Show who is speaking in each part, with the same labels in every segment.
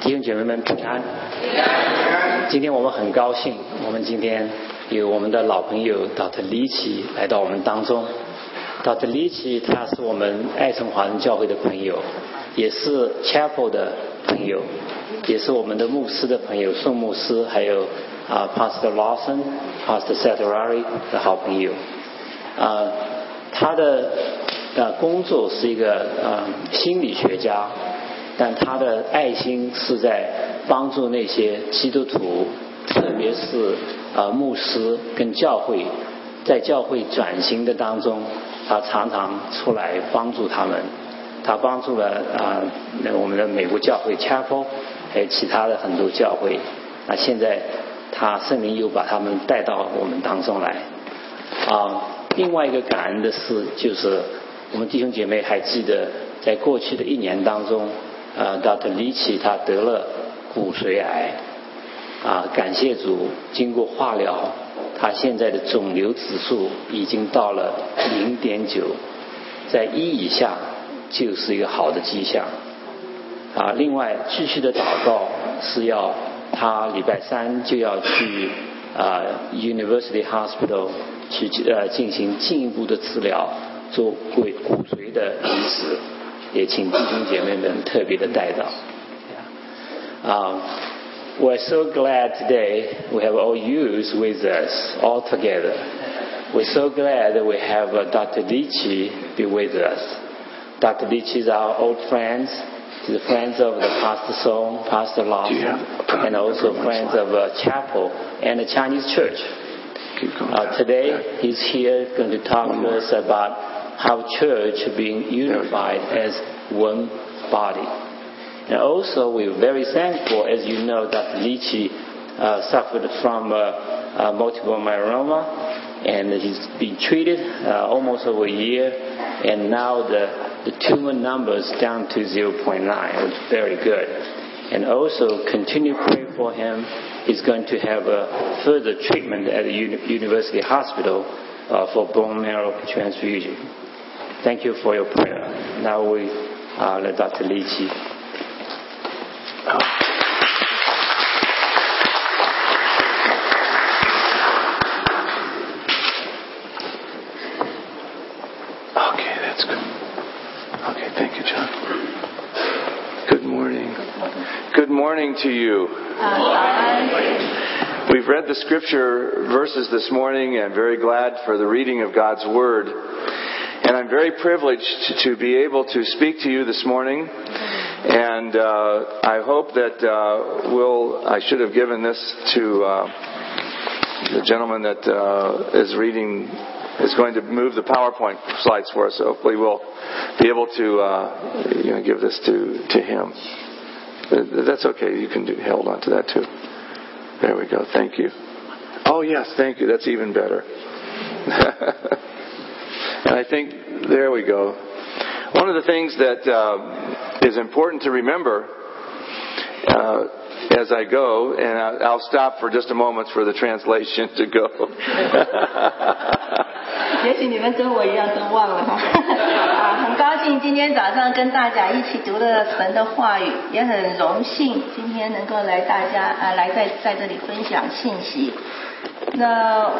Speaker 1: 弟兄姐妹们平安。今天我们很高兴，我们今天有我们的老朋友 Dr. 李奇来到我们当中。Dr. 李奇他是我们爱城华人教会的朋友，也是 Chapel 的朋友，也是我们的牧师的朋友，宋牧师，还有啊 Pastor Lawson、Pastor Saturari 的好朋友。啊，他的呃工作是一个呃心理学家。但他的爱心是在帮助那些基督徒，特别是呃牧师跟教会，在教会转型的当中，他常常出来帮助他们。他帮助了啊、呃我们的美国教会 Chapel，还有其他的很多教会。那现在他圣灵又把他们带到我们当中来。啊，另外一个感恩的事就是，我们弟兄姐妹还记得，在过去的一年当中，呃，Dr. 李奇他得了骨髓癌，啊，感谢主，经过化疗，他现在的肿瘤指数已经到了零点九，在一以下就是一个好的迹象。啊，另外继续的祷告是要他礼拜三就要去啊、University Hospital 去呃进行进一步的治疗，做骨骨髓的移植，也请弟兄姐妹们特别的带到。Um, we're so glad today we have all youths with us, all together. We're so glad that we have uh, Dr. Dichi be with us. Dr. Dichi is our old friends. He's a friend of the Pastor Song, Pastor Lawson,
Speaker 2: Yeah.
Speaker 1: and also friends of uh, Chapel and the Chinese Church.
Speaker 2: Keep going.
Speaker 1: Uh, today, he's here going to talk to us about how church being unified as one body. And also, we're very thankful, as you know, Dr. Leachy uh, suffered from uh, uh, multiple myeloma, and he's been treated uh, almost over a year, and now the, the tumor number is down to 0.9, which is very good and also continue praying for him. He's going to have a further treatment at the uni- University Hospital uh, for bone marrow transfusion. Thank you for your prayer. Now we uh, let Dr. Li Qi.
Speaker 2: Okay, that's good. Okay, thank you, John. Good morning. Good morning to you. We've read the scripture verses this morning. I'm very glad for the reading of God's Word. And I'm very privileged to be able to speak to you this morning. And uh, I hope that uh, we'll, I should have given this to. Uh, the gentleman that uh, is reading is going to move the PowerPoint slides for us. So hopefully, we'll be able to uh, you know, give this to to him. Th- That's okay. You can do, hold on to that too. There we go. Thank you. Oh yes, thank you. That's even better. and I think there we go. One of the things that uh, is important to remember uh, as I go, and I- I'll stop for just a moment for the translation to go.
Speaker 3: 也许你们跟我一样都忘了哈。啊，很高兴今天早上跟大家一起读了神的话语，也很荣幸今天能够来大家啊来在在这里分享信息。那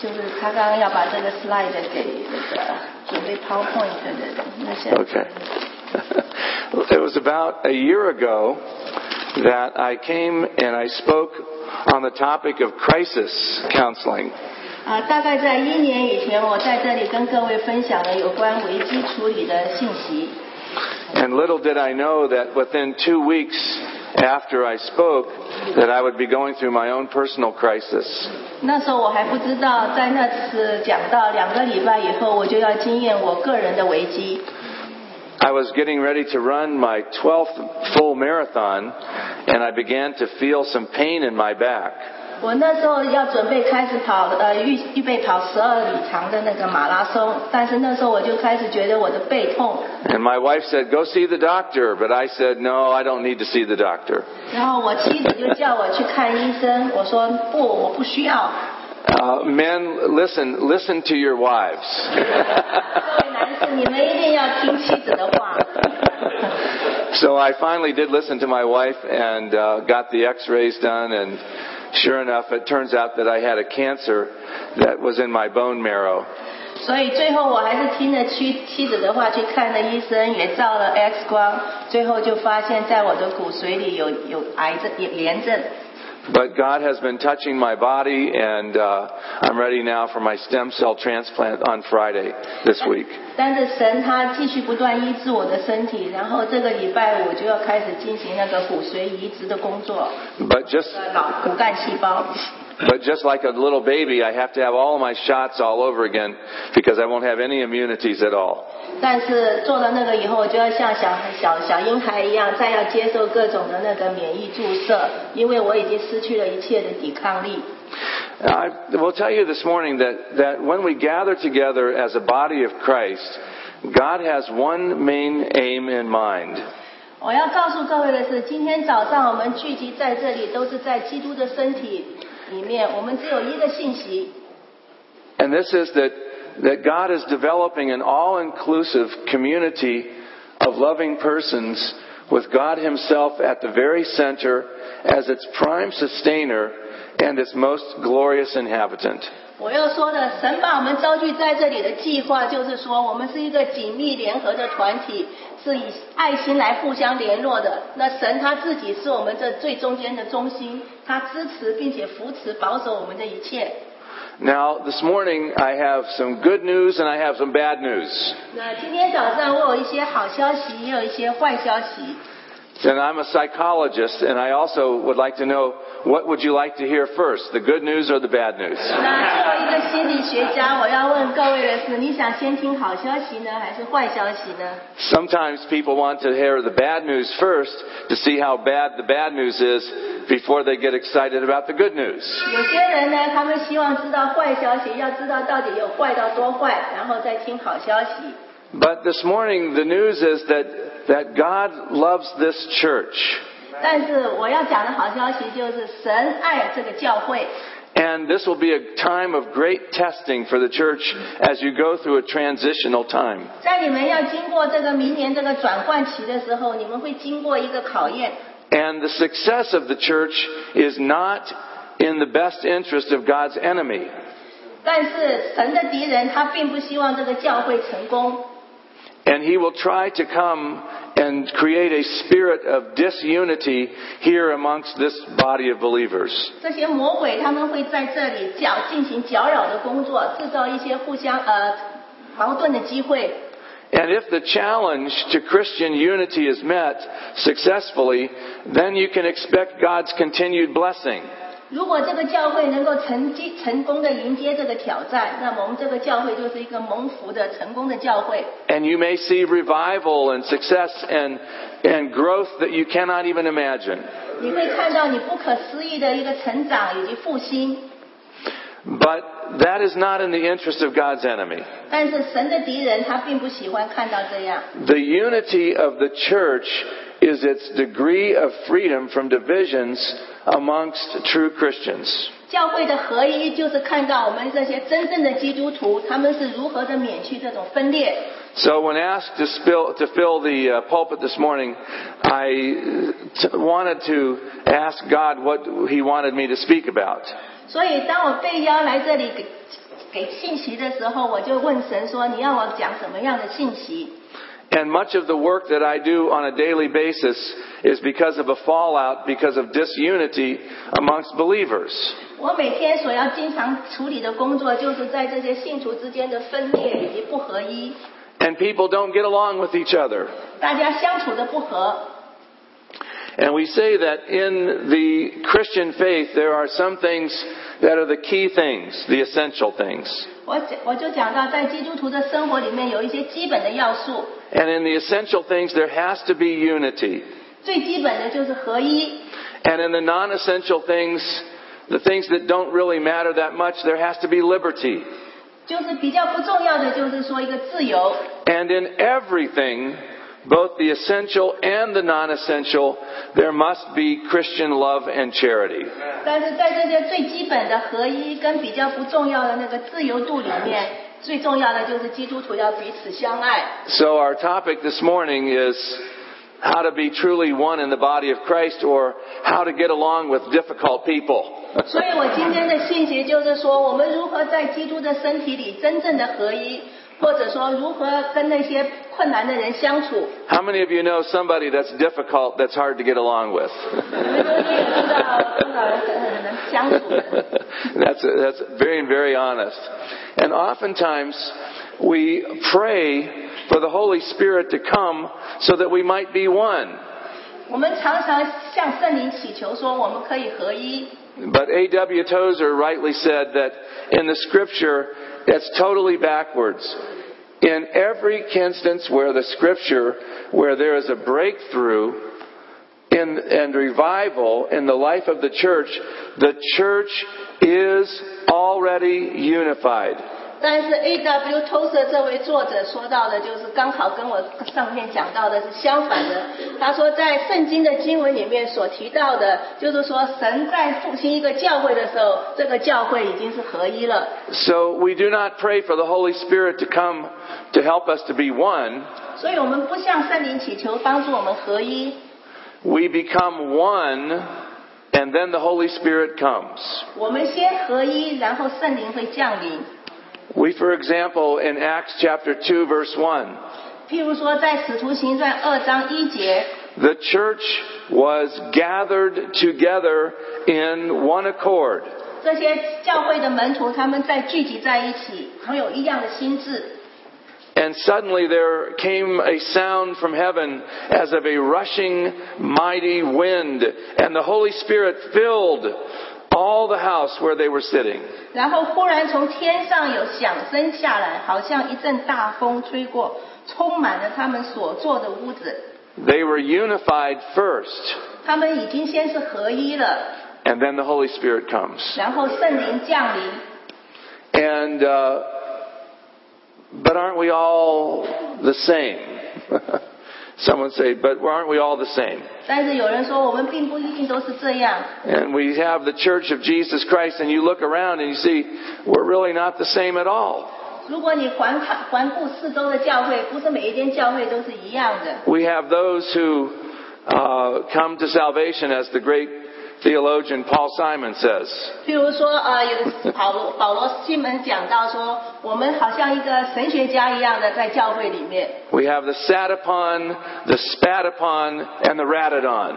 Speaker 3: 就是他刚刚要把这个 slide 给那个准备 PowerPoint 的人，那些
Speaker 2: okay. it was about a year ago that I came and I spoke on the topic of crisis counseling.
Speaker 3: 啊，大概在一年以前，我在这里跟各位分享了有关危机处理的信息。
Speaker 2: And little did I know that within two weeks after I spoke, that I would be going through my own personal crisis.
Speaker 3: 那时候我还不知道，在那次讲到两个礼拜以后，我就要经验我个人的危机。
Speaker 2: I was getting ready to run my 12th full marathon and I began to feel some pain in my back.
Speaker 3: 我那时候要准备开始跑，呃，预预备跑十二里长的那个马拉松，但是那时候我就开始觉得我的背痛，
Speaker 2: And my wife said, Go see the doctor. But I said, No, I don't need to see the doctor.
Speaker 3: 然后我妻子就叫我去看医生，我说不，我不需要。
Speaker 2: Uh, men, listen, listen to your wives.
Speaker 3: 各位男士，你们一定要听妻子的话。
Speaker 2: So I finally did listen to my wife and uh, got the x-rays done and sure enough it turns out that I had a cancer that was in my bone marrow.
Speaker 3: 所以最后我还是听了妻妻子的话去看了医生，也照了 X 光，最后就发现在我的骨髓里有有癌症，有炎症。
Speaker 2: But God has been touching my body and uh, I'm ready now for my stem cell transplant on Friday this week.
Speaker 3: 但是神他继续不断医治我的身体，然后这个礼拜五就要开始进行那个骨髓移植的工作，
Speaker 2: But just
Speaker 3: 呃，脑骨干细胞。
Speaker 2: But just like a little baby, I have to have all my shots all over again because I won't have any immunities at all.
Speaker 3: 但是做了那个以后，我就要像小小小婴孩一样，再要接受各种的那个免疫注射，因为我已经失去了一切的抵抗力。
Speaker 2: I will tell you this morning that, that when we gather together as a body of Christ, God has one main aim in mind.
Speaker 3: 我要告诉各位的是，今天早上我们聚集在这里，都是在基督的身体里面，我们只有一个信息，
Speaker 2: And this is that, that God is developing an all-inclusive community of loving persons with God Himself at the very center as its prime sustainer and its most glorious inhabitant.
Speaker 3: 我要说的，神把我们招聚在这里的计划，就是说我们是一个紧密联合的团体，是以爱心来互相联络的。那神他自己是我们这最中间的中心，他支持并且扶持保守我们的一切。
Speaker 2: Now, this morning I have some good news and I have some bad news.
Speaker 3: 那今天早上我有一些好消息，也有一些坏消息。
Speaker 2: And I'm a psychologist and I also would like to know what would you like to hear first, the good news or the bad news?
Speaker 3: 那作为一个心理学家，我要问各位的是：你想先听好消息呢，还是坏消息呢？
Speaker 2: Sometimes people want to hear the bad news first to see how bad the bad news is before they get excited about the good news.
Speaker 3: 有些人呢，他们希望知道坏消息，要知道到底有坏到多坏，然后再听好消息。
Speaker 2: But this morning the news is that, that God loves this church
Speaker 3: 但是我要讲的好消息就是，神爱这个教会，
Speaker 2: and this will be a time of great testing for the church as you go through a transitional time.
Speaker 3: 在你们要经过这个明年这个转换期的时候，你们会经过一个考验。
Speaker 2: And the success of the church is not in the best interest of God's enemy.
Speaker 3: 但是神的敌人他并不希望这个教会成功，
Speaker 2: And he will try to come and create a spirit of disunity here amongst this body of believers.
Speaker 3: 这些魔鬼他们会在这里搅进行搅扰的工作，制造一些互相呃矛盾的机会。
Speaker 2: And if the challenge to Christian unity is met successfully, then you can expect God's continued blessing.
Speaker 3: 如果这个教会能够成绩成功的迎接这个挑战，那么我们这个教会就是一个蒙福的成功的教会。
Speaker 2: And you may see revival and success and, and growth that you cannot even imagine.
Speaker 3: 你会看到你不可思议的一个成长以及复兴，
Speaker 2: But that is not in the interest of God's enemy.
Speaker 3: 但是神的敌人他并不喜欢看到这样。
Speaker 2: The unity of the church is its degree of freedom from divisions amongst true Christians.
Speaker 3: 教会的合一就是看到我们这些真正的基督徒，他们是如何的免去这种分裂。
Speaker 2: So when asked to, spill, to fill the uh, pulpit this morning, I uh, t- wanted to ask God what He wanted me to speak about.
Speaker 3: 所以当我被邀来这里给给信息的时候，我就问神说：“你要我讲什么样的信息？”
Speaker 2: And much of the work that I do on a daily basis is because of a fallout, because of disunity amongst believers.
Speaker 3: 我每天所要经常处理的工作，就是在这些信徒之间的分裂以及不合一，
Speaker 2: And people don't get along with each other.
Speaker 3: 大家相处的不和。
Speaker 2: And we say that in the Christian faith, there are some things that are the key things, the essential things.
Speaker 3: 我讲我就讲到，在基督徒的生活里面有一些基本的要素，
Speaker 2: And in the essential things, there has to be unity.
Speaker 3: 最基本的就是合一。
Speaker 2: And in the non essential things, the things that don't really matter that much, there has to be liberty.
Speaker 3: 就是比较不重要的，就是说一个自由。
Speaker 2: And in everything, both the essential and the non essential, there must be Christian love and charity.
Speaker 3: 但是在这些最基本的合一跟比较不重要的那个自由度里面，最重要的就是基督徒要彼此相爱。
Speaker 2: So our topic this morning is how to be truly one in the body of Christ or how to get along with difficult people.
Speaker 3: 所以我今天的信息就是说，我们如何在基督的身体里真正的合一，或者说如何跟那些困难的人相处。
Speaker 2: How many of you know somebody that's difficult that's hard to get along with?
Speaker 3: 你们都可以知道多少人跟很难相处的。
Speaker 2: that's that's very very honest. And oftentimes we pray for the Holy Spirit to come so that we might be one.
Speaker 3: 我们常常向圣灵祈求说，我们可以合一。
Speaker 2: But A.W. Tozer rightly said that in the scripture, it's totally backwards. In every instance where the scripture, where there is a breakthrough in, and revival in the life of the church, the church is already unified.
Speaker 3: 但是 A.W. Tozer 这位作者说到的，就是刚好跟我上面讲到的是相反的。他说，在圣经的经文里面所提到的，就是说神在复兴一个教会的时候，这个教会已经是合一了。
Speaker 2: So we do not pray for the Holy Spirit to come to help us to be one.
Speaker 3: 所以我们不向圣灵祈求帮助我们合一，
Speaker 2: We become one, and then the Holy Spirit comes.
Speaker 3: 我们先合一，然后圣灵会降临。
Speaker 2: We, for example, in Acts chapter 2, verse 1,
Speaker 3: 譬如说，在《使徒行传》二章一节，
Speaker 2: the church was gathered together in one accord.
Speaker 3: 这些教会的门徒他们在聚集在一起，同有一样的心智。
Speaker 2: And suddenly there came a sound from heaven as of a rushing mighty wind, and the Holy Spirit filled all the house where they were sitting.
Speaker 3: 然后忽然从天上有响声下来，好像一阵大风吹过，充满了他们所坐的屋子。
Speaker 2: They were unified first,
Speaker 3: 他们已经先是合一了，
Speaker 2: and then the Holy Spirit comes.
Speaker 3: 然后圣灵降临。
Speaker 2: And, uh, but aren't we all the same? Someone say, but aren't we all the same?
Speaker 3: 但是有人说，我们并不一定都是这样。
Speaker 2: And we have the Church of Jesus Christ, and you look around and you see, we're really not the same at all.
Speaker 3: 如果你环看环顾四周的教会，不是每一间教会都是一样的。
Speaker 2: We have those who uh, come to salvation, as the great theologian Paul Simon says.
Speaker 3: 譬如说，呃，有保罗保罗西门讲到说，我们好像一个神学家一样的在教会里面，
Speaker 2: We have the sat upon, the spat upon, and the ratted on.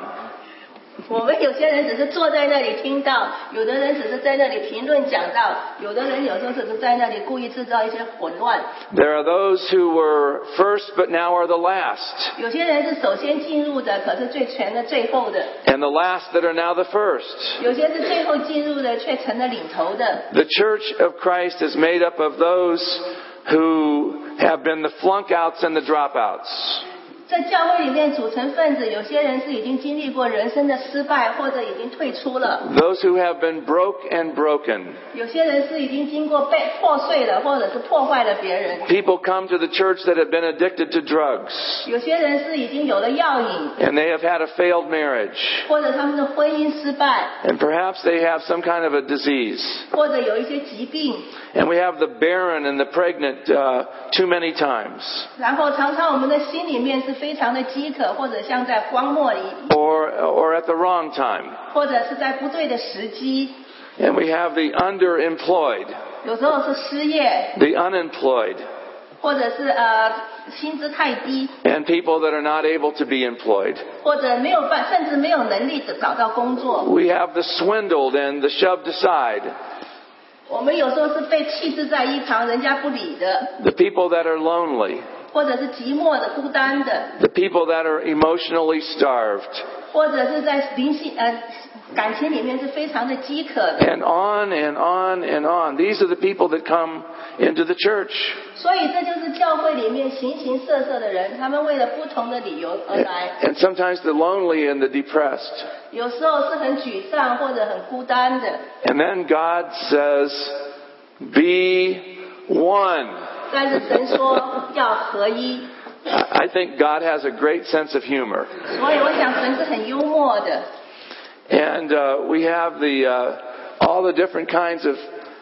Speaker 3: 我们有些人只是坐在那里听到，有的人只是在那里评论讲到，有的人有时候只是在那里故意制造一些混乱。
Speaker 2: There are those who were first, but now are the last.
Speaker 3: 有些人是首先进入的，可是最全的最后的；
Speaker 2: and the last that are now the first.
Speaker 3: 有些是最后进入的，却成了领头的。
Speaker 2: The church of Christ is made up of those who have been the flunk outs and the dropouts.
Speaker 3: 在教会里面组成分子，有些人是已经经历过人生的失败，或者已经退出了；
Speaker 2: Those who have been broke and broken.
Speaker 3: 有些人是已经经过被破碎了，或者是破坏了别人；
Speaker 2: People come to the church that have been addicted to drugs
Speaker 3: 有些人是已经有了药瘾，
Speaker 2: and they have had a failed marriage
Speaker 3: 或者他们的婚姻失败，
Speaker 2: and perhaps they have some kind of a disease.
Speaker 3: 或者有一些疾病。
Speaker 2: And we have the barren and the pregnant uh, too many times.
Speaker 3: 然后常常我们的心里面是非常的饥渴，或者像在荒漠里，
Speaker 2: Or, or at the wrong time.
Speaker 3: 或者是在不对的时机，
Speaker 2: And we have the underemployed,
Speaker 3: 有时候是失业，
Speaker 2: the unemployed,
Speaker 3: 或者是呃薪资太低，
Speaker 2: and people that are not able to be employed.
Speaker 3: 或者没有办，甚至没有能力找到工作。
Speaker 2: We have the swindled and the shoved aside,
Speaker 3: 我们有时候是被弃置在一旁，人家不理的，
Speaker 2: the people that are lonely,
Speaker 3: 或者是寂寞的、孤单的，
Speaker 2: the people that are emotionally starved,
Speaker 3: 或者是在灵性呃感情里面是非常的饥渴的。
Speaker 2: and on and on and on. These are the people that come into the church.
Speaker 3: 所以这就是教会里面形形色色的人，他们为了不同的理由而
Speaker 2: And,
Speaker 3: 来。
Speaker 2: and sometimes the lonely and the depressed.
Speaker 3: 有时候是很沮丧或者很孤单的，
Speaker 2: And then God says, be one.
Speaker 3: 但是神说要合一，
Speaker 2: I I think God has a great sense of humor.
Speaker 3: 所以我想神是很幽默的。
Speaker 2: And uh, we have the uh, all the different kinds of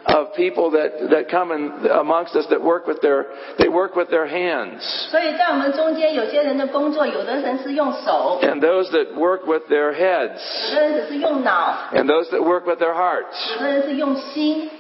Speaker 2: of people that, that come in amongst us that work with their, they work with their hands.
Speaker 3: 所以在我们中间，有些人的工作，有的人是用手，
Speaker 2: And those that work with their heads.
Speaker 3: 有的人只是用脑，
Speaker 2: And those that work with their hearts.
Speaker 3: 有的人是用心，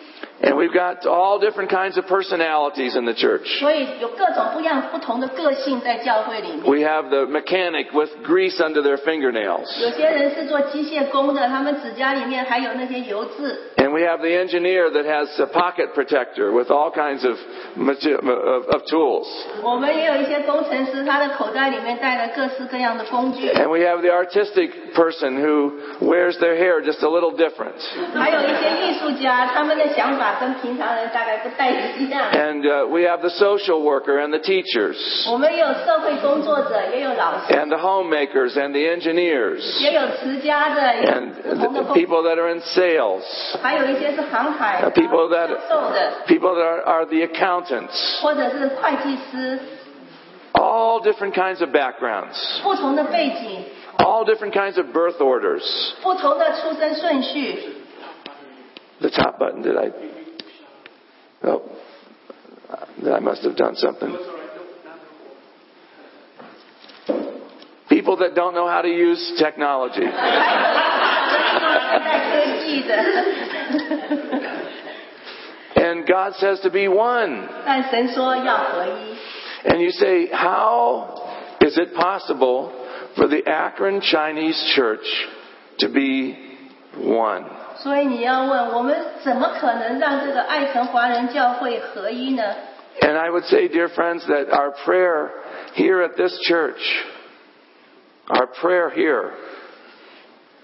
Speaker 2: And we've got all different kinds of personalities in the church.
Speaker 3: 所以有各种不一样、不同的个性在教会里面。
Speaker 2: We have the mechanic with grease under their fingernails.
Speaker 3: 有些人是做机械工的，他们指甲里面还有那些油渍；
Speaker 2: And we have the engineer that has a pocket protector with all kinds of, mate- of, of tools.
Speaker 3: 我们也有一些工程师，他的口袋里面带了各式各样的工具。
Speaker 2: And we have the artistic person who wears their hair just a little different.
Speaker 3: 还有一些艺术家，他们的想法跟平常人大概不太一样。
Speaker 2: And uh, we have the social worker and the teachers
Speaker 3: 我们有社会工作者，也有老师，
Speaker 2: and the homemakers and the engineers
Speaker 3: 也有持家的，也有
Speaker 2: and
Speaker 3: 不同的
Speaker 2: the
Speaker 3: 工，
Speaker 2: people that are in sales,
Speaker 3: 还有一些是航海、啊
Speaker 2: The people that-
Speaker 3: 销售的，
Speaker 2: people that are, are the accountants.
Speaker 3: 或者是会计师，
Speaker 2: All different kinds of backgrounds,
Speaker 3: 不同的背景、
Speaker 2: all different kinds of birth orders.
Speaker 3: 不同的出生顺序。
Speaker 2: The top button, did I? Oh, then I must have done something. People that don't know how to use technology.
Speaker 3: 还带科技的，
Speaker 2: And God says to be one.
Speaker 3: 但神说要合一。
Speaker 2: And you say, how is it possible for the Akron Chinese church to be one?
Speaker 3: 所以你要问，我们怎么可能让这个爱城华人教会合一呢？
Speaker 2: And I would say, dear friends, that our prayer here at this church, our prayer here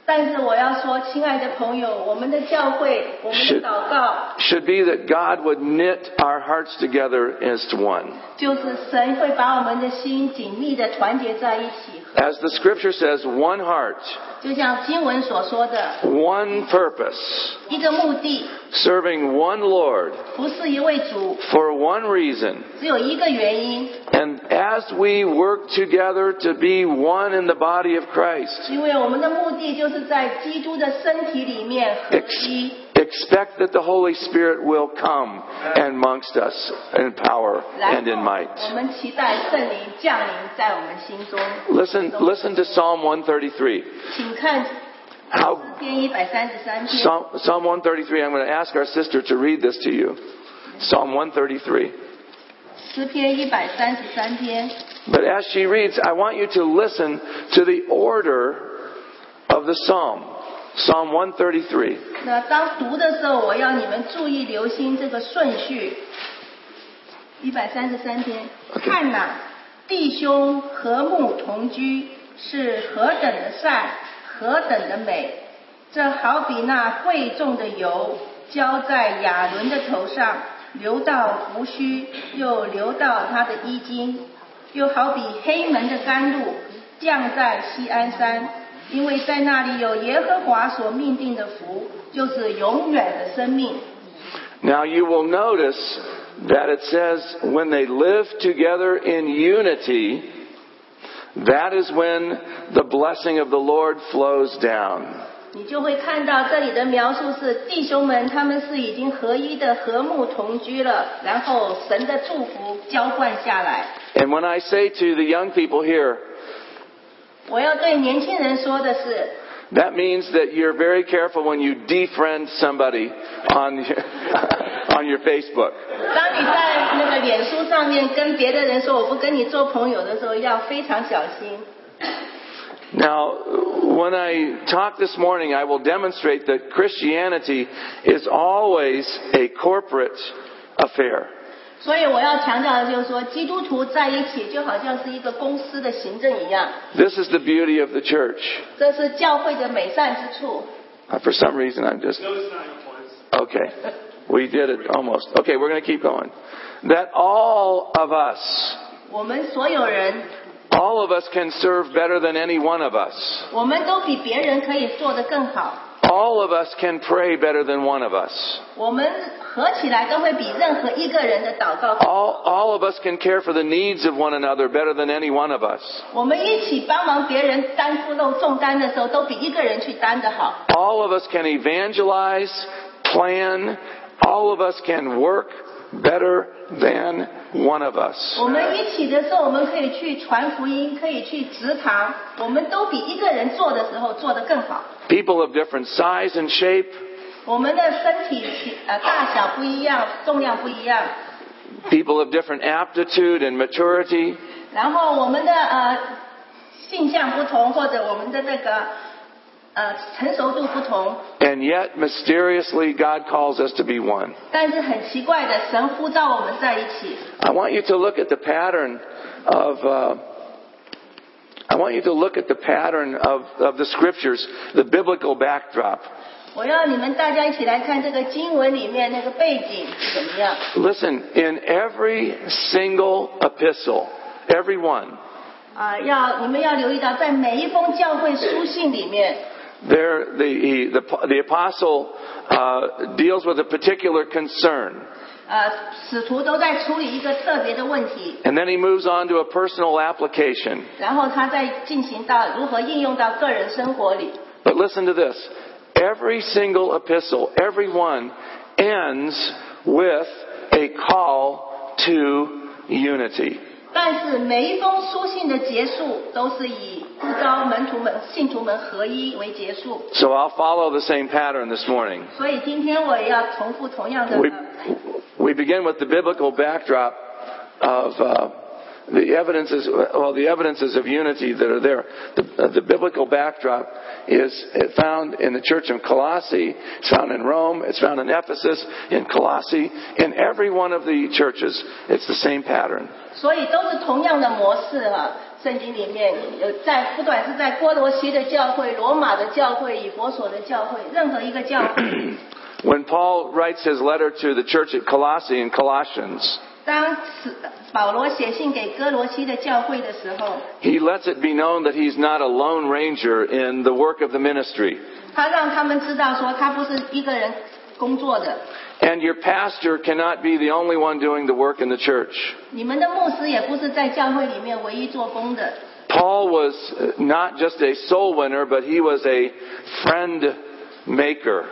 Speaker 3: 但是我要说，亲爱的朋友，我们的教会，我们
Speaker 2: 是
Speaker 3: 的祷告，
Speaker 2: should be that God would knit our hearts together as one.
Speaker 3: 就是神会把我们的心紧密的团结在一起，
Speaker 2: As the scripture says, one heart,
Speaker 3: 就像经文所说的，
Speaker 2: one purpose,
Speaker 3: 一个目的，
Speaker 2: serving one Lord
Speaker 3: 不是一位主，
Speaker 2: for one reason.
Speaker 3: 只有一个原因，
Speaker 2: And as we work together to be one in the body of Christ,
Speaker 3: 因为我们的目的就是在基督的身体里面合
Speaker 2: ex-
Speaker 3: 一。
Speaker 2: expect that the Holy Spirit will come amongst us in power
Speaker 3: 然后
Speaker 2: and in
Speaker 3: 我
Speaker 2: might.
Speaker 3: 们期待圣灵降临在我们心中。
Speaker 2: Listen, listen to Psalm 133.
Speaker 3: 请看
Speaker 2: How
Speaker 3: 篇一百三十三篇，
Speaker 2: Psalm, Psalm 133, I'm going to ask our sister to read this to you. Psalm 133.
Speaker 3: 诗篇一百三十三篇。
Speaker 2: But as she reads, I want you to listen to the order of the psalm. Psalm 133.
Speaker 3: 那当读的时候，我要你们注意留心这个顺序。一百三十三篇，看哪、弟兄和睦同居是何等的善，何等的美！这好比那贵重的油浇在亚伦的头上，流到胡须，又流到他的衣襟，又好比黑门的甘露降在西安山，因为在那里有耶和华所命定的福，就是永远的生命。
Speaker 2: Now you will notice that it says, when they live together in unity, that is when the blessing of the Lord flows down.
Speaker 3: 你就会看到这里的描述是弟兄们他们是已经合一的和睦同居了，然后神的祝福浇灌下来。
Speaker 2: And when I say to the young people here,
Speaker 3: 我要对年轻人说的是，
Speaker 2: that means that you're very careful when you defriend somebody on, on your Facebook.
Speaker 3: 当你在那个脸书上面跟别的人说我不跟你做朋友的时候，要非常小心。
Speaker 2: Now, when I talk this morning, I will demonstrate that Christianity is always a corporate affair.
Speaker 3: 所以我要强调的就是说，基督徒在一起就好像是一个公司的行政一样，
Speaker 2: This is the beauty of the church.
Speaker 3: 这是教会的美善之处。
Speaker 2: Uh, For some reason, I'm just. Okay. We did it almost. Okay, we're going to keep going. That all of us,
Speaker 3: 我们所有人，
Speaker 2: all of us can serve better than any one of us.
Speaker 3: 我们都比别人可以做得更好，
Speaker 2: All of us can pray better than one of us.
Speaker 3: 我们合起来都会比任何一个人的祷告更。
Speaker 2: All, all of us can care for the needs of one another better than any one of us.
Speaker 3: 我们一起帮忙别人担负重重担的时候，都比一个人去担得好。
Speaker 2: All of us can evangelize, plan, All of us can work better than one of us.
Speaker 3: 我们一起的时候，我们可以去传福音，可以去职堂，我们都比一个人做的时候做得更好。
Speaker 2: People of different size and shape,
Speaker 3: 我们的身体体呃大小不一样，重量不一样，
Speaker 2: people of different aptitude and maturity,
Speaker 3: 然后我们的呃性向不同，或者我们的那个呃成熟度不同，
Speaker 2: and yet mysteriously God calls us to be one.
Speaker 3: 但是很奇怪的，神呼召我们在一起。
Speaker 2: I want you to look at the pattern of. Uh, I want you to look at the pattern of, of the scriptures, the biblical backdrop.
Speaker 3: 我要你们大家一起来看这个经文里面那个背景怎么样？
Speaker 2: Listen, in every single epistle, every one,
Speaker 3: 啊，要你们要留意到，在每一封教会书信里面，
Speaker 2: there the, the, the, the apostle uh, deals with a particular concern,
Speaker 3: 呃，使徒都在处理一个特别的问题，
Speaker 2: and then he moves on to a personal application.
Speaker 3: 然后他再进行到如何应用到个人生活里。
Speaker 2: But listen to this every single epistle, every one, ends with a call to unity.
Speaker 3: 但是每一封书信的结束都是以呼召门徒们、信徒们合一为结束，
Speaker 2: So I'll follow the same pattern this morning.
Speaker 3: 所以今天我也要重复同样的
Speaker 2: We, we begin with the biblical backdrop of uh, the evidences, well, the evidences of unity that are there. The, uh, the biblical backdrop is uh, found in the church of Colossae, it's found in Rome, it's found in Ephesus, in Colossae, in every one of the churches. It's the same pattern.
Speaker 3: 所以都是同样的模式哈、圣经里面有在，不管是在哥罗西的教会、罗马的教会、以佛所的教会，任何一个 教会，
Speaker 2: When Paul writes his letter to the church at Colossae in Colossians,
Speaker 3: 当此保罗写信给哥罗西的教会的时候，
Speaker 2: he lets it be known that he's not a lone ranger in the work of the ministry.
Speaker 3: 他让他们知道说他不是一个人工作的，
Speaker 2: And your pastor cannot be the only one doing the work in the church.
Speaker 3: 你们的牧师也不是在教会里面唯一做工的。
Speaker 2: Paul was uh, not just a soul winner, but he was a friend maker.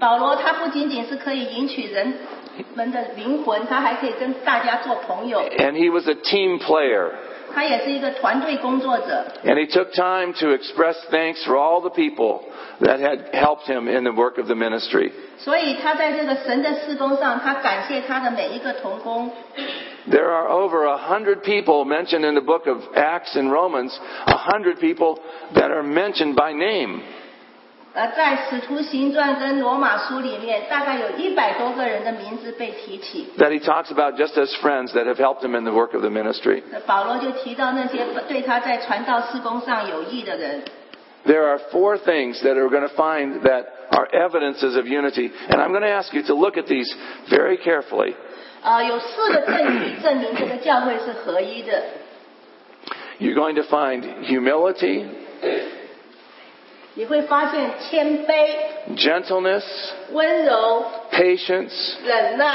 Speaker 3: 保罗他不仅仅是可以赢取人们的灵魂，他还可以跟大家做朋友，
Speaker 2: And he was a team player.
Speaker 3: 他也是一个团队工作者。
Speaker 2: And he took time to express thanks for all the people that had helped him in the work of the ministry.
Speaker 3: 所以他在这个神的事工上，他感谢他的每一个童工。
Speaker 2: There are over a hundred people mentioned in the book of Acts and Romans, a hundred people that are mentioned by name.
Speaker 3: 呃，在《使徒行传》跟《罗马书》里面，大概有一百多个人的名字被提起。
Speaker 2: that he talks about just as friends that have helped him in the work of the ministry.
Speaker 3: 保罗就提到那些对他在传道施工上有益的人。
Speaker 2: There are four things that are going to find that are evidences of unity, and I'm going to ask you to look at these very carefully.
Speaker 3: 呃，有四个证据证明这个教会是合一的。
Speaker 2: You're going to find humility,
Speaker 3: 你会发现谦卑、
Speaker 2: gentleness,
Speaker 3: 温柔、
Speaker 2: patience,
Speaker 3: 忍耐，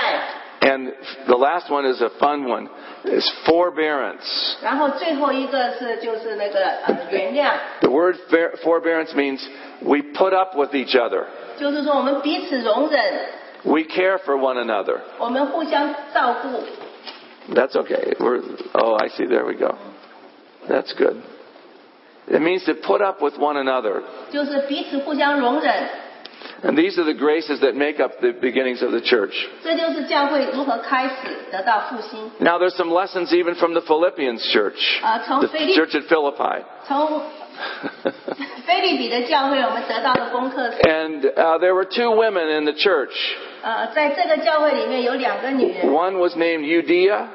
Speaker 2: and the last one is a fun one, is forbearance.
Speaker 3: 然后最后一个是就是那个呃原谅，
Speaker 2: The word fair- forbearance means we put up with each other.
Speaker 3: 就是说我们彼此容忍，
Speaker 2: We care for one another.
Speaker 3: 我们互相照顾。
Speaker 2: That's okay. We're, oh, I see. There we go. That's good. It means to put up with one another.
Speaker 3: 就是彼此互相容忍，
Speaker 2: And these are the graces that make up the beginnings of the church.
Speaker 3: 这就是教会如何开始得到复兴。
Speaker 2: Now, there's some lessons even from the Philippians church,
Speaker 3: Uh, Tom
Speaker 2: the
Speaker 3: Philip-
Speaker 2: church at Philippi.
Speaker 3: 从菲利比的教会，我们得到的功课是，
Speaker 2: And uh, there were two women in the church.
Speaker 3: 呃，在这个教会里面有两个女人，
Speaker 2: One was named Eudia,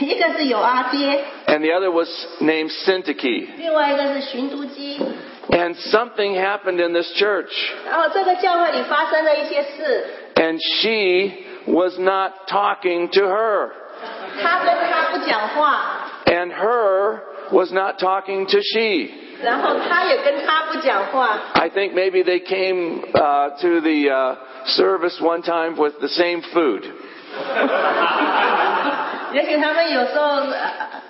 Speaker 3: 一个是有阿爹，
Speaker 2: and the other was named Syntyche.
Speaker 3: 另外一个是寻都基。
Speaker 2: And something happened in this church,
Speaker 3: 然后这个教会里发生了一些事，
Speaker 2: and she was not talking to her.
Speaker 3: 他跟他不讲话，
Speaker 2: and her was not talking to she.
Speaker 3: 然后他也跟他不讲话。
Speaker 2: I think maybe they came uh, to the uh, service one time with the same food.
Speaker 3: 也许他们有时候、呃、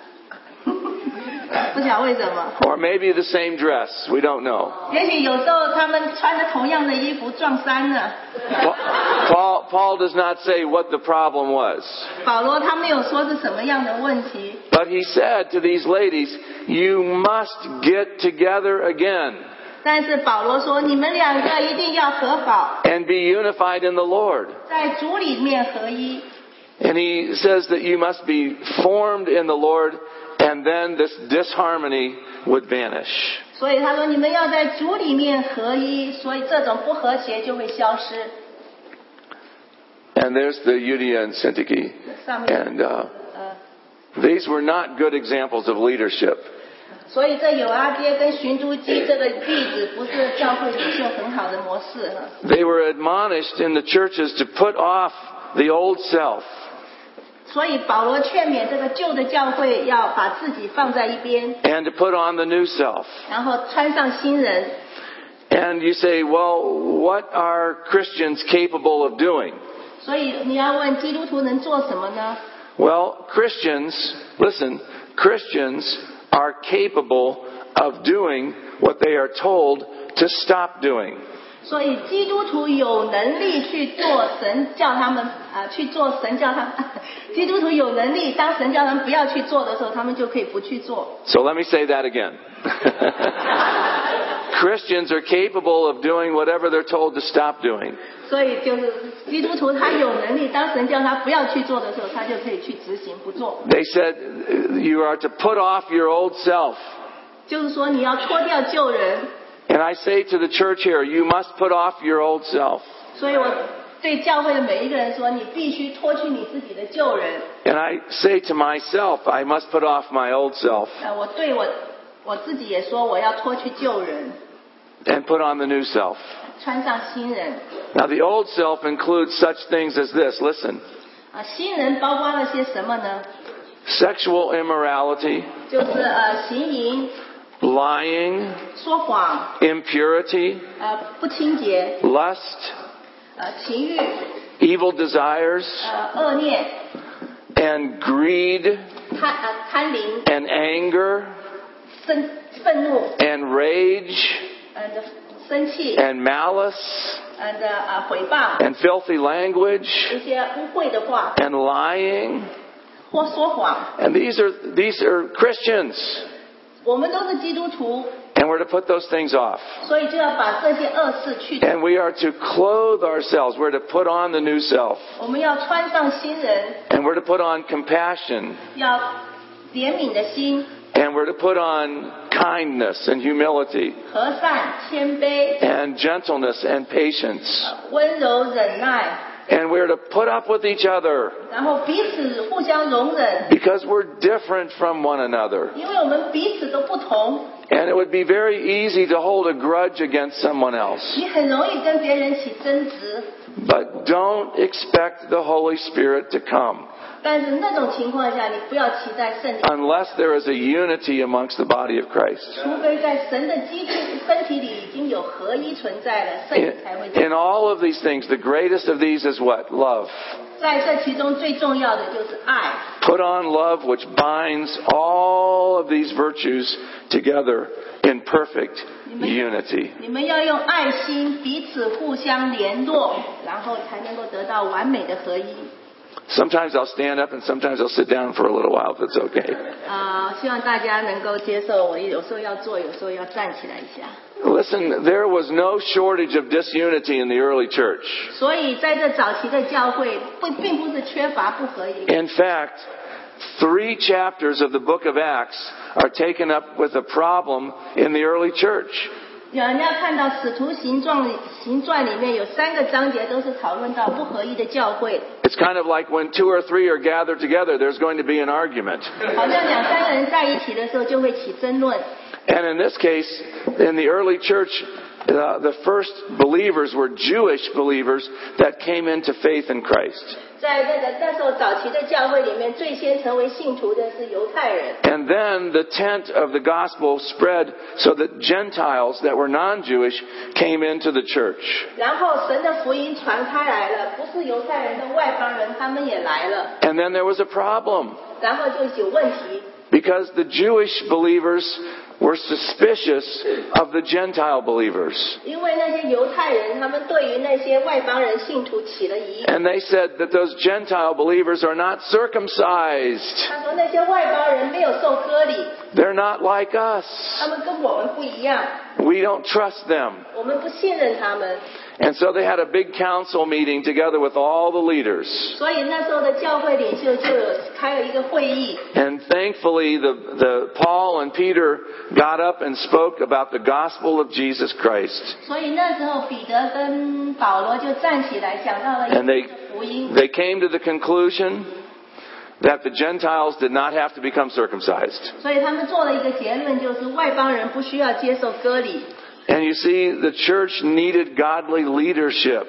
Speaker 3: 不晓得为什么，
Speaker 2: Or maybe the same dress. We don't know.
Speaker 3: 也许有时候他们穿着同样的衣服撞衫了。
Speaker 2: Pa- Paul, Paul, Paul does not say what the problem was,
Speaker 3: 保罗他没有说是什么样的问题，
Speaker 2: but he said to these ladies, You must get together again
Speaker 3: 但是保罗说你们两个一定要和好，
Speaker 2: and be unified in the Lord.
Speaker 3: 在主里面合一。
Speaker 2: And he says that you must be formed in the Lord, and then this disharmony would vanish.
Speaker 3: 所以他说你们要在主里面合一，所以这种不和谐就会消失。
Speaker 2: And there's the Eudia and Syntyche.
Speaker 3: 上面
Speaker 2: And uh,
Speaker 3: 呃，
Speaker 2: these were not good examples of leadership.
Speaker 3: 所以这有阿爹跟寻都基这个例子，不是教会领袖很好的模式哈。
Speaker 2: They were admonished in the churches to put off the old self
Speaker 3: 所以保罗劝勉这个旧的教会要把自己放在一边，
Speaker 2: and to put on the new self.
Speaker 3: 然后穿上新人。
Speaker 2: And you say, well, what are Christians capable of doing?
Speaker 3: 所以你要问基督徒能做什么呢？
Speaker 2: Well, Christians, listen, Christians are capable of doing what they are told to stop doing.
Speaker 3: 所以基督徒有能力去做神叫他们啊、去做神叫他们， 基督徒有能力，当神叫他们不要去做的时候，他们就可以不去做。
Speaker 2: So let me say that again. Christians are capable of doing whatever they're told to stop doing.
Speaker 3: 所以就是基督徒他有能力，当神叫他不要去做的时候，他就可以去执行不做。
Speaker 2: They said you are to put off your old self.
Speaker 3: 就是说你要脱掉旧人，
Speaker 2: And I say to the church here, you must put off your old self.
Speaker 3: 所以我对教会的每一个人说，你必须脱去你自己的旧人。
Speaker 2: And I say to myself, I must put off my old self
Speaker 3: 呃，我对我我自己也说，我要脱去旧人，
Speaker 2: and put on the new self.
Speaker 3: 穿上新人。
Speaker 2: Now, the old self includes such things as this. Listen.
Speaker 3: 啊，新人包括了些什么呢？
Speaker 2: Sexual immorality,
Speaker 3: 就是呃行淫、
Speaker 2: lying,
Speaker 3: 说谎、
Speaker 2: impurity,
Speaker 3: 呃不清洁、
Speaker 2: lust,
Speaker 3: 呃情欲、
Speaker 2: evil desires,
Speaker 3: 呃恶念、
Speaker 2: and greed,
Speaker 3: 贪呃贪婪、
Speaker 2: and anger,
Speaker 3: 生愤怒、
Speaker 2: and rage,
Speaker 3: 呃的生气、
Speaker 2: and malice,
Speaker 3: 呃的呃毁谤、
Speaker 2: and filthy language,
Speaker 3: 一些污秽的话
Speaker 2: and lying.
Speaker 3: 或说谎，
Speaker 2: And these are, these are Christians.
Speaker 3: 我们都是基督徒，
Speaker 2: And we're to put those things off.
Speaker 3: 所以就要把这些恶事去掉。
Speaker 2: And we are to clothe ourselves. We're to put on the new self.
Speaker 3: 我们要穿上新人，
Speaker 2: And we're to put on compassion.
Speaker 3: 要怜悯的心、
Speaker 2: And we're to put on kindness and humility
Speaker 3: 和善、谦卑、
Speaker 2: and gentleness and patience.
Speaker 3: 温柔、忍耐，
Speaker 2: And we're to put up with each other
Speaker 3: 然后彼此互相容忍。
Speaker 2: because we're different from one another.
Speaker 3: 因为我们彼此都不同，
Speaker 2: And it would be very easy to hold a grudge against someone else.
Speaker 3: 你很容易跟别人起争执，
Speaker 2: But don't expect the Holy Spirit to come
Speaker 3: 但是那种情况下，你不要期待圣灵，
Speaker 2: unless there is a unity amongst the body of Christ.
Speaker 3: 除非在神的基督身体里已经有合一存在了，圣
Speaker 2: In,
Speaker 3: 灵才会
Speaker 2: in all of these things, the greatest of these is what? Love.
Speaker 3: 在这其中最重要的就是爱，
Speaker 2: Put on love, which binds all of these virtues together in perfect unity.
Speaker 3: 你们要用爱心彼此互相联络，然后才能够得到完美的合一。
Speaker 2: Sometimes I'll stand up and sometimes I'll sit down for a little while if it's okay.
Speaker 3: 啊、希望大家能够接受，我有时候要坐，有时候要站起来一下。
Speaker 2: Listen, there was no shortage of disunity in the early church.
Speaker 3: 所以在这早期的教会，不并不是缺乏不合一。
Speaker 2: In fact, three chapters of the book of Acts are taken up with a problem in the early church.
Speaker 3: 人家看到《使徒行状》行传里面有三个章节都是讨论到不合一的教会，
Speaker 2: It's kind of like when two or three are gathered together, there's going to be an argument.
Speaker 3: 好像两三个人在一起的时候就会起争论。
Speaker 2: And in this case, in the early church, uh, the first believers were Jewish believers that came into faith in Christ.
Speaker 3: 在那个那时候早期的教会里面，最先成为信徒的是犹太人，
Speaker 2: And then the tent of the gospel spread so that Gentiles that were non-Jewish came into the church.
Speaker 3: 然后神的福音传开来了，不是犹太人的外邦人他们也来了，
Speaker 2: And then there was a problem
Speaker 3: 然后就有问题。
Speaker 2: because the Jewish believers were suspicious of the Gentile believers.
Speaker 3: 因为那些犹太人，他们对于那些外邦人信徒起了疑。
Speaker 2: And they said that those Gentile believers are not circumcised.
Speaker 3: 他说那些外邦人没有受割礼，
Speaker 2: They're not like
Speaker 3: 他
Speaker 2: us.
Speaker 3: 们跟我们不一样，
Speaker 2: We don't trust them.
Speaker 3: 我们不信任他们。
Speaker 2: And so they had a big council meeting together with all the leaders.
Speaker 3: 所以那时候的教会领袖就有开了一个会议，
Speaker 2: And thankfully, the, the Paul and Peter got up and spoke about the gospel of Jesus Christ.
Speaker 3: 所以那时候彼得跟保罗就站起来讲到了耶
Speaker 2: And they
Speaker 3: 稣的福音，
Speaker 2: they came to the conclusion that the Gentiles did not have to become circumcised.
Speaker 3: 所以他们做了一个结论，就是外邦人不需要接受割礼。
Speaker 2: And you see, the church needed godly leadership.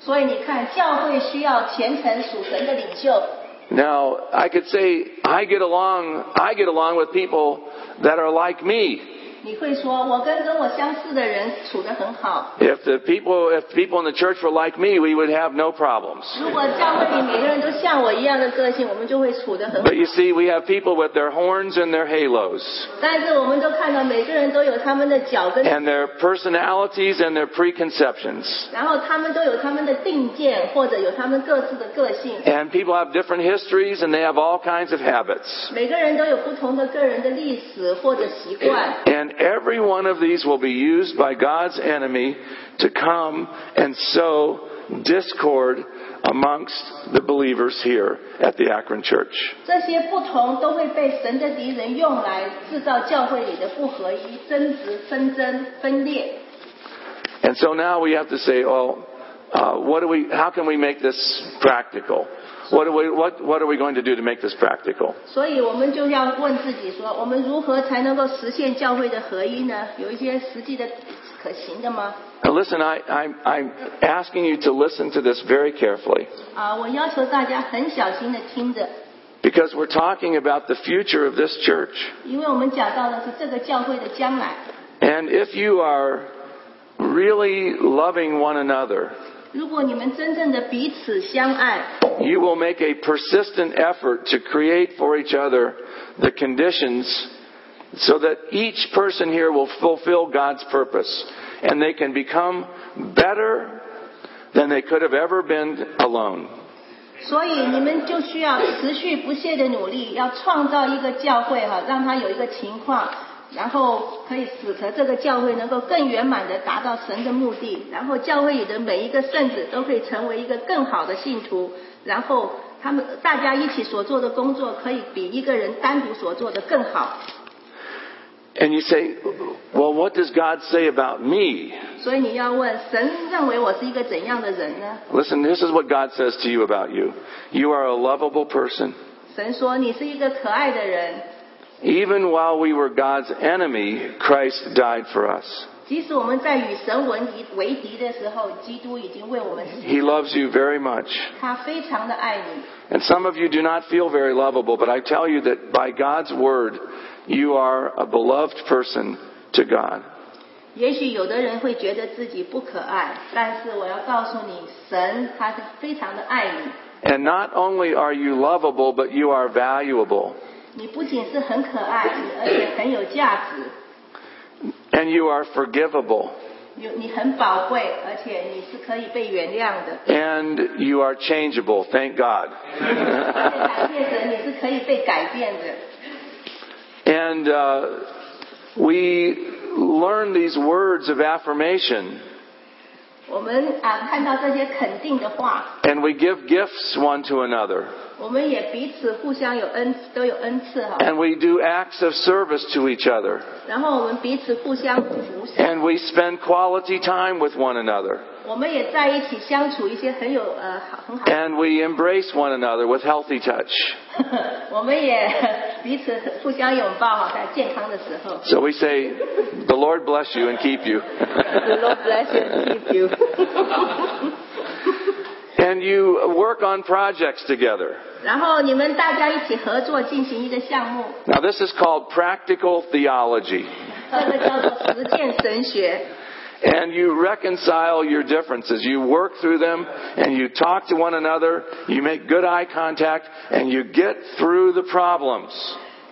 Speaker 3: 所以你看，教会需要虔诚属神的领袖。
Speaker 2: Now, I could say I get along, I get along with people that are like me.
Speaker 3: 你会说，我跟跟我相似的人处得很好。
Speaker 2: If the people, if people in the church were like me, we would have no problems.
Speaker 3: 如果教会里每个人都像我一样的个性，我们就会处得很好
Speaker 2: But。you see, we have people with their horns and their halos,
Speaker 3: 但是我们都看到每个人都有他们的脚跟，
Speaker 2: and their personalities and their preconceptions.
Speaker 3: 然后他们都有他们的定见，或者有他们各自的个性。
Speaker 2: And people have different histories and they have all kinds of habits.
Speaker 3: 每个人都有不同的个人的历史或者习惯，
Speaker 2: And every one of these will be used by God's enemy to come and sow discord amongst the believers here at the Akron Church.
Speaker 3: 这些不同都会被神的敌人用来制造教会里的不合一、争执、纷争、分裂。
Speaker 2: And so now we have to say, oh, uh, what do we, how can we make this practical? What are, we, what, what are we going to do to make this practical?
Speaker 3: 所以我们就要问自己说，我们如何才能够实现教会的合一呢？有一些实际的可行的吗？
Speaker 2: Now listen, I, I'm, I'm asking you to listen to this very carefully
Speaker 3: 啊，我要求大家很小心的听着，
Speaker 2: because we're talking about the future of this church.
Speaker 3: 因为我们讲到的是这个教会的将来。
Speaker 2: And if you are really loving one another,
Speaker 3: 如果你们真正的彼此相爱，
Speaker 2: you will make a persistent effort to create for each other the conditions so that each person here will fulfill God's purpose and they can become better than they could have ever been alone.
Speaker 3: 所以你们就需要持续不懈的努力，要创造一个教会哈、让它有一个情况，然后可以使得这个教会能够更圆满的达到神的目的，然后教会里的每一个圣子都可以成为一个更好的信徒，然后他们大家一起所做的工作可以比一个人单独所做的更好。
Speaker 2: And you say, well, what does God say about me?
Speaker 3: 所以你要问神认为我是一个怎样的人呢？
Speaker 2: Listen, this is what God says to you about you. You are a lovable person.
Speaker 3: 神说你是一个可爱的人，
Speaker 2: Even while we were God's enemy, Christ died for us.
Speaker 3: 即使我们在与神为敌为敌的时候，基督已经为我们死，
Speaker 2: He loves you very much.
Speaker 3: 他非常的爱你。
Speaker 2: And some of you do not feel very lovable, but I tell you that by God's word, you are a beloved person to God.
Speaker 3: 也许有的人会觉得自己不可爱，但是我要告诉你，神他是非常的爱你。
Speaker 2: And not only are you lovable, but you are valuable.
Speaker 3: 你不仅是很可爱，你而且很有价值，
Speaker 2: And you are forgivable.
Speaker 3: 你你很宝贵，而且你是可以被原谅的。
Speaker 2: And you are changeable. Thank God.
Speaker 3: 而且感谢神，你是可以被改变的。
Speaker 2: and uh, we learn these words of affirmation
Speaker 3: 我们啊，看到这些肯定的话，
Speaker 2: and we give gifts one to another.
Speaker 3: 我们也彼此互相有恩，都有恩赐哈。
Speaker 2: And we do acts of service to each other.
Speaker 3: 然后我们彼此互相扶持。
Speaker 2: And we spend quality time with one another.
Speaker 3: 我们也在一起相处一些很有呃好很好，
Speaker 2: And we embrace one another with healthy touch.
Speaker 3: 我们也 彼此互相拥抱哈，在健康的时候。
Speaker 2: So we say, the Lord bless you and keep you.
Speaker 3: The Lord bless you and keep you
Speaker 2: and you work on projects together.
Speaker 3: 然后你们大家一起合作进行一个项目，
Speaker 2: Now this is called practical theology.
Speaker 3: 这个叫做实践神学。
Speaker 2: And you reconcile your differences. You work through them and you talk to one another. You make good eye contact and you get through the problems.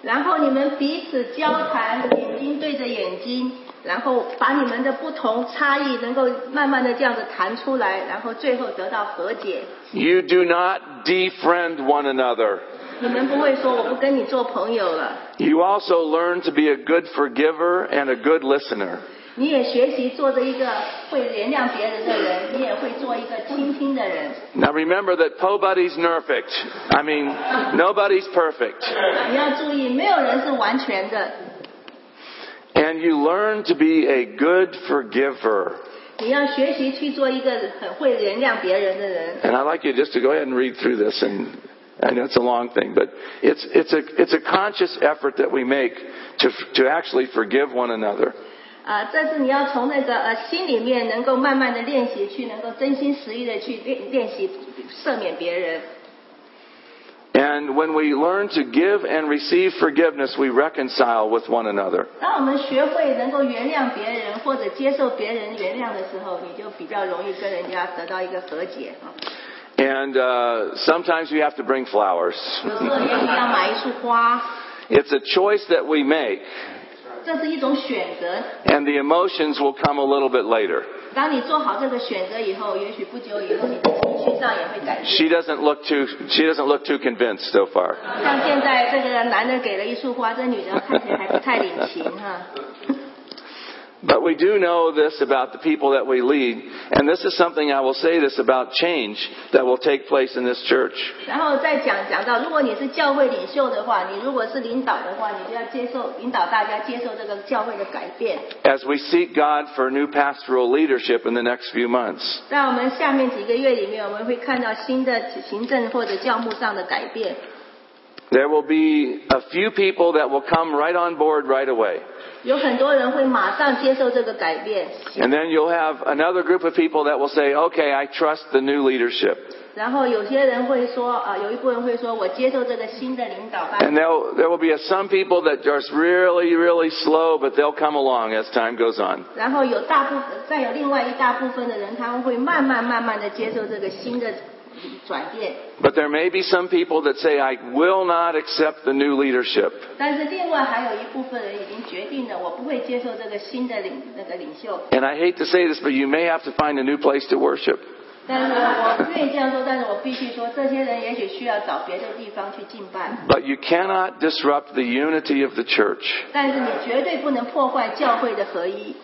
Speaker 3: 然后你们彼此交谈，眼睛对着眼睛，然后把你们的不同差异能够慢慢的这样子谈出来，然后最后得到和解。
Speaker 2: You do not defriend one another.
Speaker 3: 你们不会说我不跟你做朋友了，
Speaker 2: You also learn to be a good forgiver and a good listener.
Speaker 3: 你也学习做着一个会原谅别人的人，你也会做一个倾听的人。
Speaker 2: Now remember that nobody's perfect. I mean, nobody's perfect.
Speaker 3: 你要注意，没有人是完全的，
Speaker 2: And you learn to be a good forgiver.
Speaker 3: 你要学习去做一个很会原谅别人的人。
Speaker 2: And I'd like you just to go ahead and read through this. And I know it's a long thing, but it's, it's, a, it's a conscious effort that we make to, to actually forgive one another.
Speaker 3: 啊，这是你要从那个呃心里面能够慢慢的练习，去能够真心实意的去练练习赦免别人。
Speaker 2: And when we learn to give and receive forgiveness, we reconcile with one another.
Speaker 3: 当我们学会能够原谅别人或者接受别人原谅的时候，你就比较容易跟人家得到一个和解啊。
Speaker 2: And uh, sometimes you have to bring flowers.
Speaker 3: 有时候愿意要买一束花，
Speaker 2: It's a choice that we make,
Speaker 3: 这是一种选择。
Speaker 2: and the emotions will come a little bit later.
Speaker 3: 当你做好这个选择以后，也许不久以后你的情绪上也会改变。
Speaker 2: She doesn't look too she doesn't look too convinced so far.
Speaker 3: 像现在这个男的给了一束花，这女的看起来还不太领情哈。
Speaker 2: But we do know this about the people that we lead, and this is something I will say this about change that will take place in this church.
Speaker 3: 然后再讲讲到，如果你是教会领袖的话，你如果是领导的话，你就要接受引导大家接受这个教会的改变。
Speaker 2: As we seek God for new pastoral leadership in the next few months.
Speaker 3: 在我们下面几个月里面，我们会看到新的行政或者教务上的改变。
Speaker 2: There will be a few people that will come right on board right away.
Speaker 3: 有很多人会马上接受这个改变，
Speaker 2: And then you'll have another group of people that will say, okay, I trust the new leadership.
Speaker 3: 然后有些人会说啊，有一部分会说我接受这个新的领导吧。
Speaker 2: And there'll, there will be some people that are really, really slow, but they'll come along as time goes on.
Speaker 3: 然后有大部分，再有另外一大部分的人，他们会慢慢慢慢的接受这个新的转变。
Speaker 2: But there may be some people that say, I will not accept the new leadership.
Speaker 3: 但是另外还有一部分人已经决定了，我不会接受这个新的领那个领袖。
Speaker 2: And I hate to say this, but you may have to find a new place to worship.
Speaker 3: 但是我愿意这样做，但是我必须说，这些人也许需要找别的地方去敬拜。
Speaker 2: But you cannot disrupt the unity of the church.
Speaker 3: 但是你绝对不能破坏教会的合一。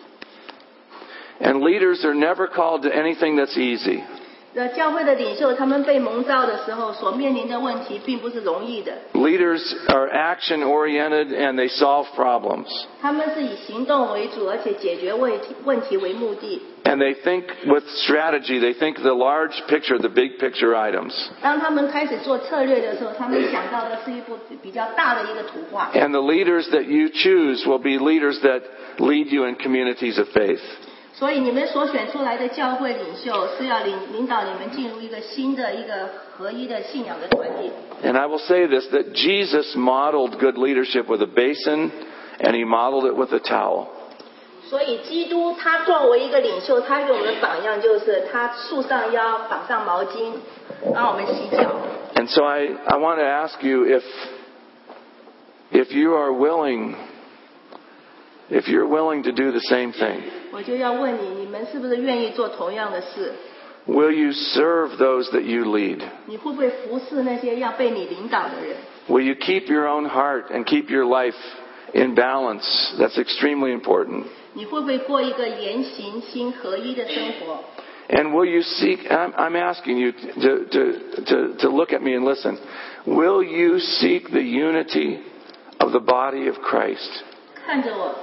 Speaker 2: And leaders are never called to anything that's easy.
Speaker 3: 呃，教会的领袖他们被蒙召的时候所面临的问题，并不是容易的。
Speaker 2: Leaders are action oriented and they solve problems.
Speaker 3: 他们是以行动为主，而且解决问题问题为目的。
Speaker 2: And they think with strategy, they think the large picture, the big picture items.
Speaker 3: 当他们开始做策略的时候，他们想到的是一幅比较大的一个图画。
Speaker 2: And the leaders that you choose will be leaders that lead you in communities of faith.
Speaker 3: 所以你们所选出来的教会领袖是要领领导你们进入一个新的一个合一的信仰的团体。
Speaker 2: And I will say this that Jesus modeled good leadership with a basin and he modeled it with a towel.
Speaker 3: 所以基督他作为一个领袖，他给我们的榜样就是他束上腰，绑上毛巾，让我们洗脚。
Speaker 2: And so I, I want to ask you if, if you are willing, if you're willing to do the same thing,
Speaker 3: 我就要问你，你们是不是愿意做同样的事？
Speaker 2: will you serve those that you lead?
Speaker 3: 你会不会服侍那些要被你领导的人？
Speaker 2: Will you keep your own heart and keep your life in balance? That's extremely important.
Speaker 3: 你会不会过一个言行心合一的生活？
Speaker 2: And will you seek? I'm, I'm asking you to, to, to, to look at me and listen. Will you seek the unity of the body of Christ?
Speaker 3: 看着我，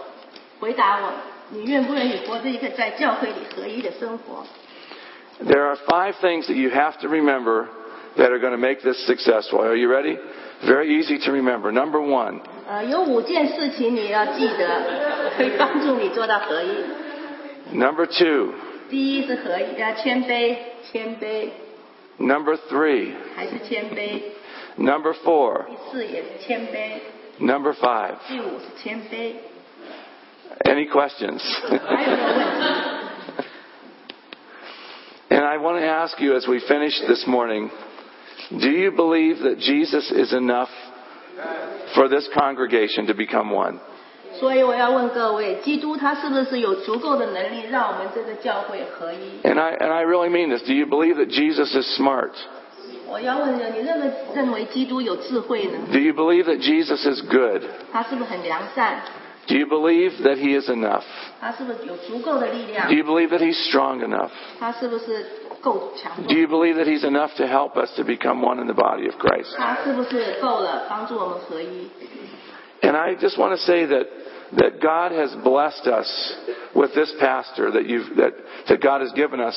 Speaker 3: 回答我，你愿不愿意过这一个在教会里合一的生活？
Speaker 2: There are five things that you have to remember that are going to make this successful. Are you ready? Very easy to remember. Number one,
Speaker 3: 呃，有五件事情你要记得，可以帮助你做到合一。
Speaker 2: number two,
Speaker 3: 第一是合一，呃，谦卑，谦卑
Speaker 2: number three,
Speaker 3: 还是谦卑；
Speaker 2: number four,
Speaker 3: 第四也是谦卑，
Speaker 2: number five.
Speaker 3: 第五是谦卑。
Speaker 2: Any questions?
Speaker 3: 还有没有问题？
Speaker 2: and I want to ask you as we finish this morning, do you believe that Jesus is enough for this congregation to become one.
Speaker 3: 所以我要问各位，基督他是不是有足够的能力让我们这个教会合一？
Speaker 2: And I, and I really mean this. Do you believe that Jesus is smart?
Speaker 3: 我要问人，你认为认为基督有智慧呢？
Speaker 2: Do you believe that Jesus is good?
Speaker 3: 他是不是很良善？
Speaker 2: Do you believe that he is enough?
Speaker 3: 他是不是有足够的力量
Speaker 2: Do？you believe that he's strong enough?
Speaker 3: 他是不是够强
Speaker 2: Do
Speaker 3: 壮？
Speaker 2: you believe that he's enough to help us to become one in the body of Christ?
Speaker 3: 他是不是够了帮助我们合一？
Speaker 2: And I just want to say that that God has blessed us with this pastor that you've that, that God has given us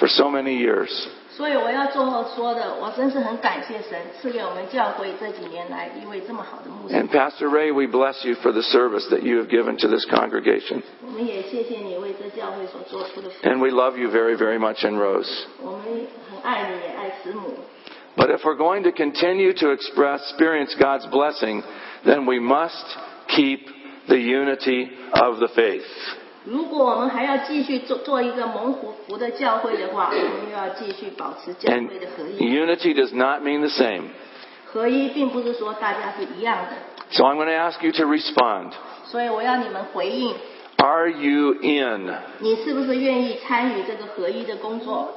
Speaker 2: for so many years.
Speaker 3: 所以我要最后说的，我真是很感谢神赐给我们教会这几年来一位这么好的牧师。
Speaker 2: And Pastor Ray, we bless you for the service that you have given to this congregation.
Speaker 3: 我们也谢谢你为这教会所做出的服务。
Speaker 2: And we love you very, very much and Rose.
Speaker 3: 我们很爱你，也爱慈母。
Speaker 2: But if we're going to continue to express, experience God's blessing, then we must keep the unity of the faith.
Speaker 3: 如果我们还要继续做做一个蒙福福的教会的话，我们又要继续保持教
Speaker 2: And
Speaker 3: 会的合一。
Speaker 2: unity does not mean the same.
Speaker 3: 合一并不是说大家是一样的，
Speaker 2: So I'm going to ask you to respond.
Speaker 3: 所以我要你们回应，
Speaker 2: Are you in?
Speaker 3: 你是不是愿意参与这个合一的工作？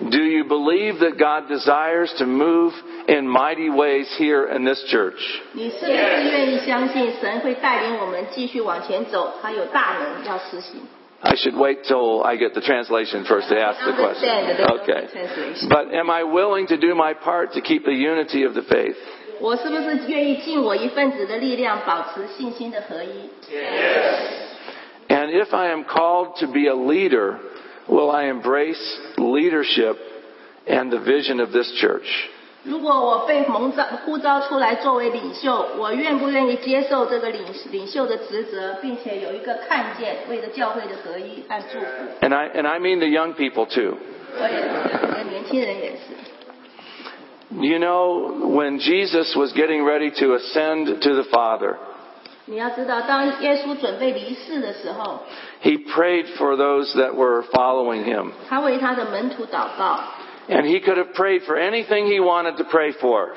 Speaker 2: Do you believe that God desires to move in mighty ways here in this church?
Speaker 3: 你是不是愿意相信神会带领我们继续往前走？他有大能要实行。
Speaker 2: I should wait till I get the translation first to ask the
Speaker 3: Understand the
Speaker 2: question. Okay.
Speaker 3: translation.
Speaker 2: But am I willing to do my part to keep the unity of the faith?
Speaker 3: 我是不是愿意尽我一份子的力量，保持信心的合一？
Speaker 2: And if I am called to be a leader, will I embrace leadership and the vision of this church?
Speaker 3: 如果我被蒙召呼召出来作为领袖，我愿不愿意接受这个领领袖的职责，并且有一个看见，为了教会的合一和祝福？
Speaker 2: And I, and I mean the young people too.
Speaker 3: 我也是，我们年轻人也是。
Speaker 2: You know, when Jesus was getting ready to ascend to the Father,
Speaker 3: 你要知道，当耶稣准备离世的时候，
Speaker 2: he prayed for those that were following him.
Speaker 3: 他为他的门徒祷告，
Speaker 2: And he could have prayed for anything he wanted to pray for.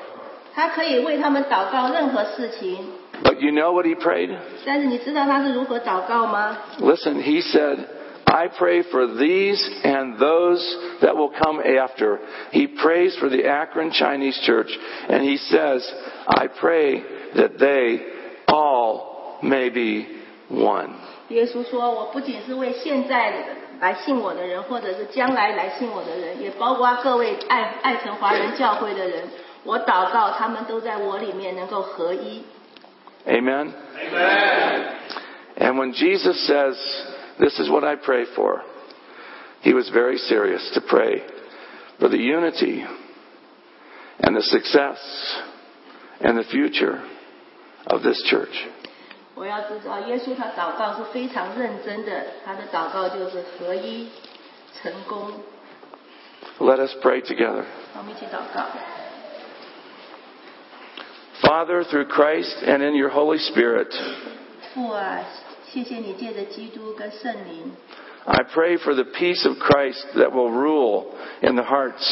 Speaker 3: 他可以为他们祷告任何事情，
Speaker 2: But you know what he prayed?
Speaker 3: 但是你知道他是如何祷告吗？
Speaker 2: Listen, he said, I pray for these and those that will come after. He prays for the Akron Chinese Church, and he says, I pray that they all may be one.
Speaker 3: 耶稣说：“我不仅是为现在来信我的人，或者是将来来信我的人，也包括各位爱爱城华人教会的人。我祷告他们都在我里面能够合一。
Speaker 2: Amen? Amen. And when Jesus says, This is what I pray for, he was very serious to pray for the unity and the success and the future of this church.
Speaker 3: 我要知道，耶稣他祷告是非常认真的，他的祷告就是合一成功。
Speaker 2: Let us pray together.
Speaker 3: 让我们一起祷告。
Speaker 2: Father, through Christ and in your Holy Spirit,
Speaker 3: 父啊，谢谢你借着基督跟圣灵，
Speaker 2: I pray for the peace of Christ that will rule in the hearts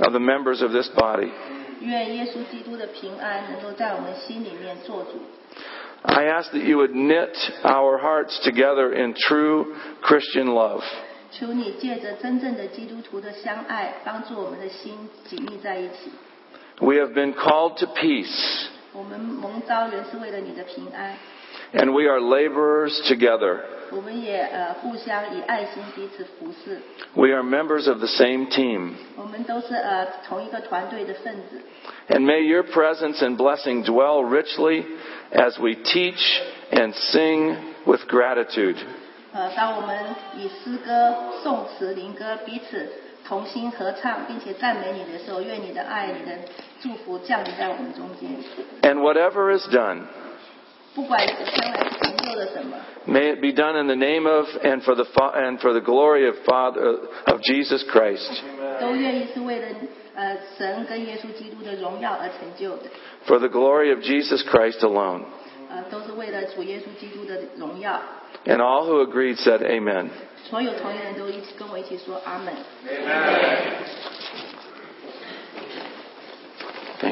Speaker 2: of the members of this body.
Speaker 3: 愿耶稣基督的平安能够在我们心里面做主。
Speaker 2: I ask that you would knit our hearts together in true Christian love.
Speaker 3: 求你借着真正的基督徒的相爱，帮助我们的心紧密在一起。
Speaker 2: We have been called to peace,
Speaker 3: 我们蒙召原是为了你的平安，
Speaker 2: and we are laborers together.
Speaker 3: 我们也呃互相以爱心彼此服侍。
Speaker 2: We are members of the same team.
Speaker 3: 我们都是呃同一个团队的分子。
Speaker 2: And may your presence and blessing dwell richly as we teach and sing with gratitude.
Speaker 3: 呃，当我们以诗歌、颂词、灵歌彼此同心合唱，并且赞美你的时候，愿你的爱、你的祝福降临在我们中间。
Speaker 2: And whatever is done,
Speaker 3: 不管将来成就了什么，
Speaker 2: may it be done in the name of and for the, fa- and for the glory of, Father, of Jesus Christ.
Speaker 3: 都愿意是为了呃神跟耶稣基督的荣耀而成就的。
Speaker 2: For the glory of Jesus Christ alone.
Speaker 3: 呃，都是为了主耶稣基督的荣耀。
Speaker 2: And all who agreed said, Amen.
Speaker 3: 所有同龄人都一起跟我一起说阿门。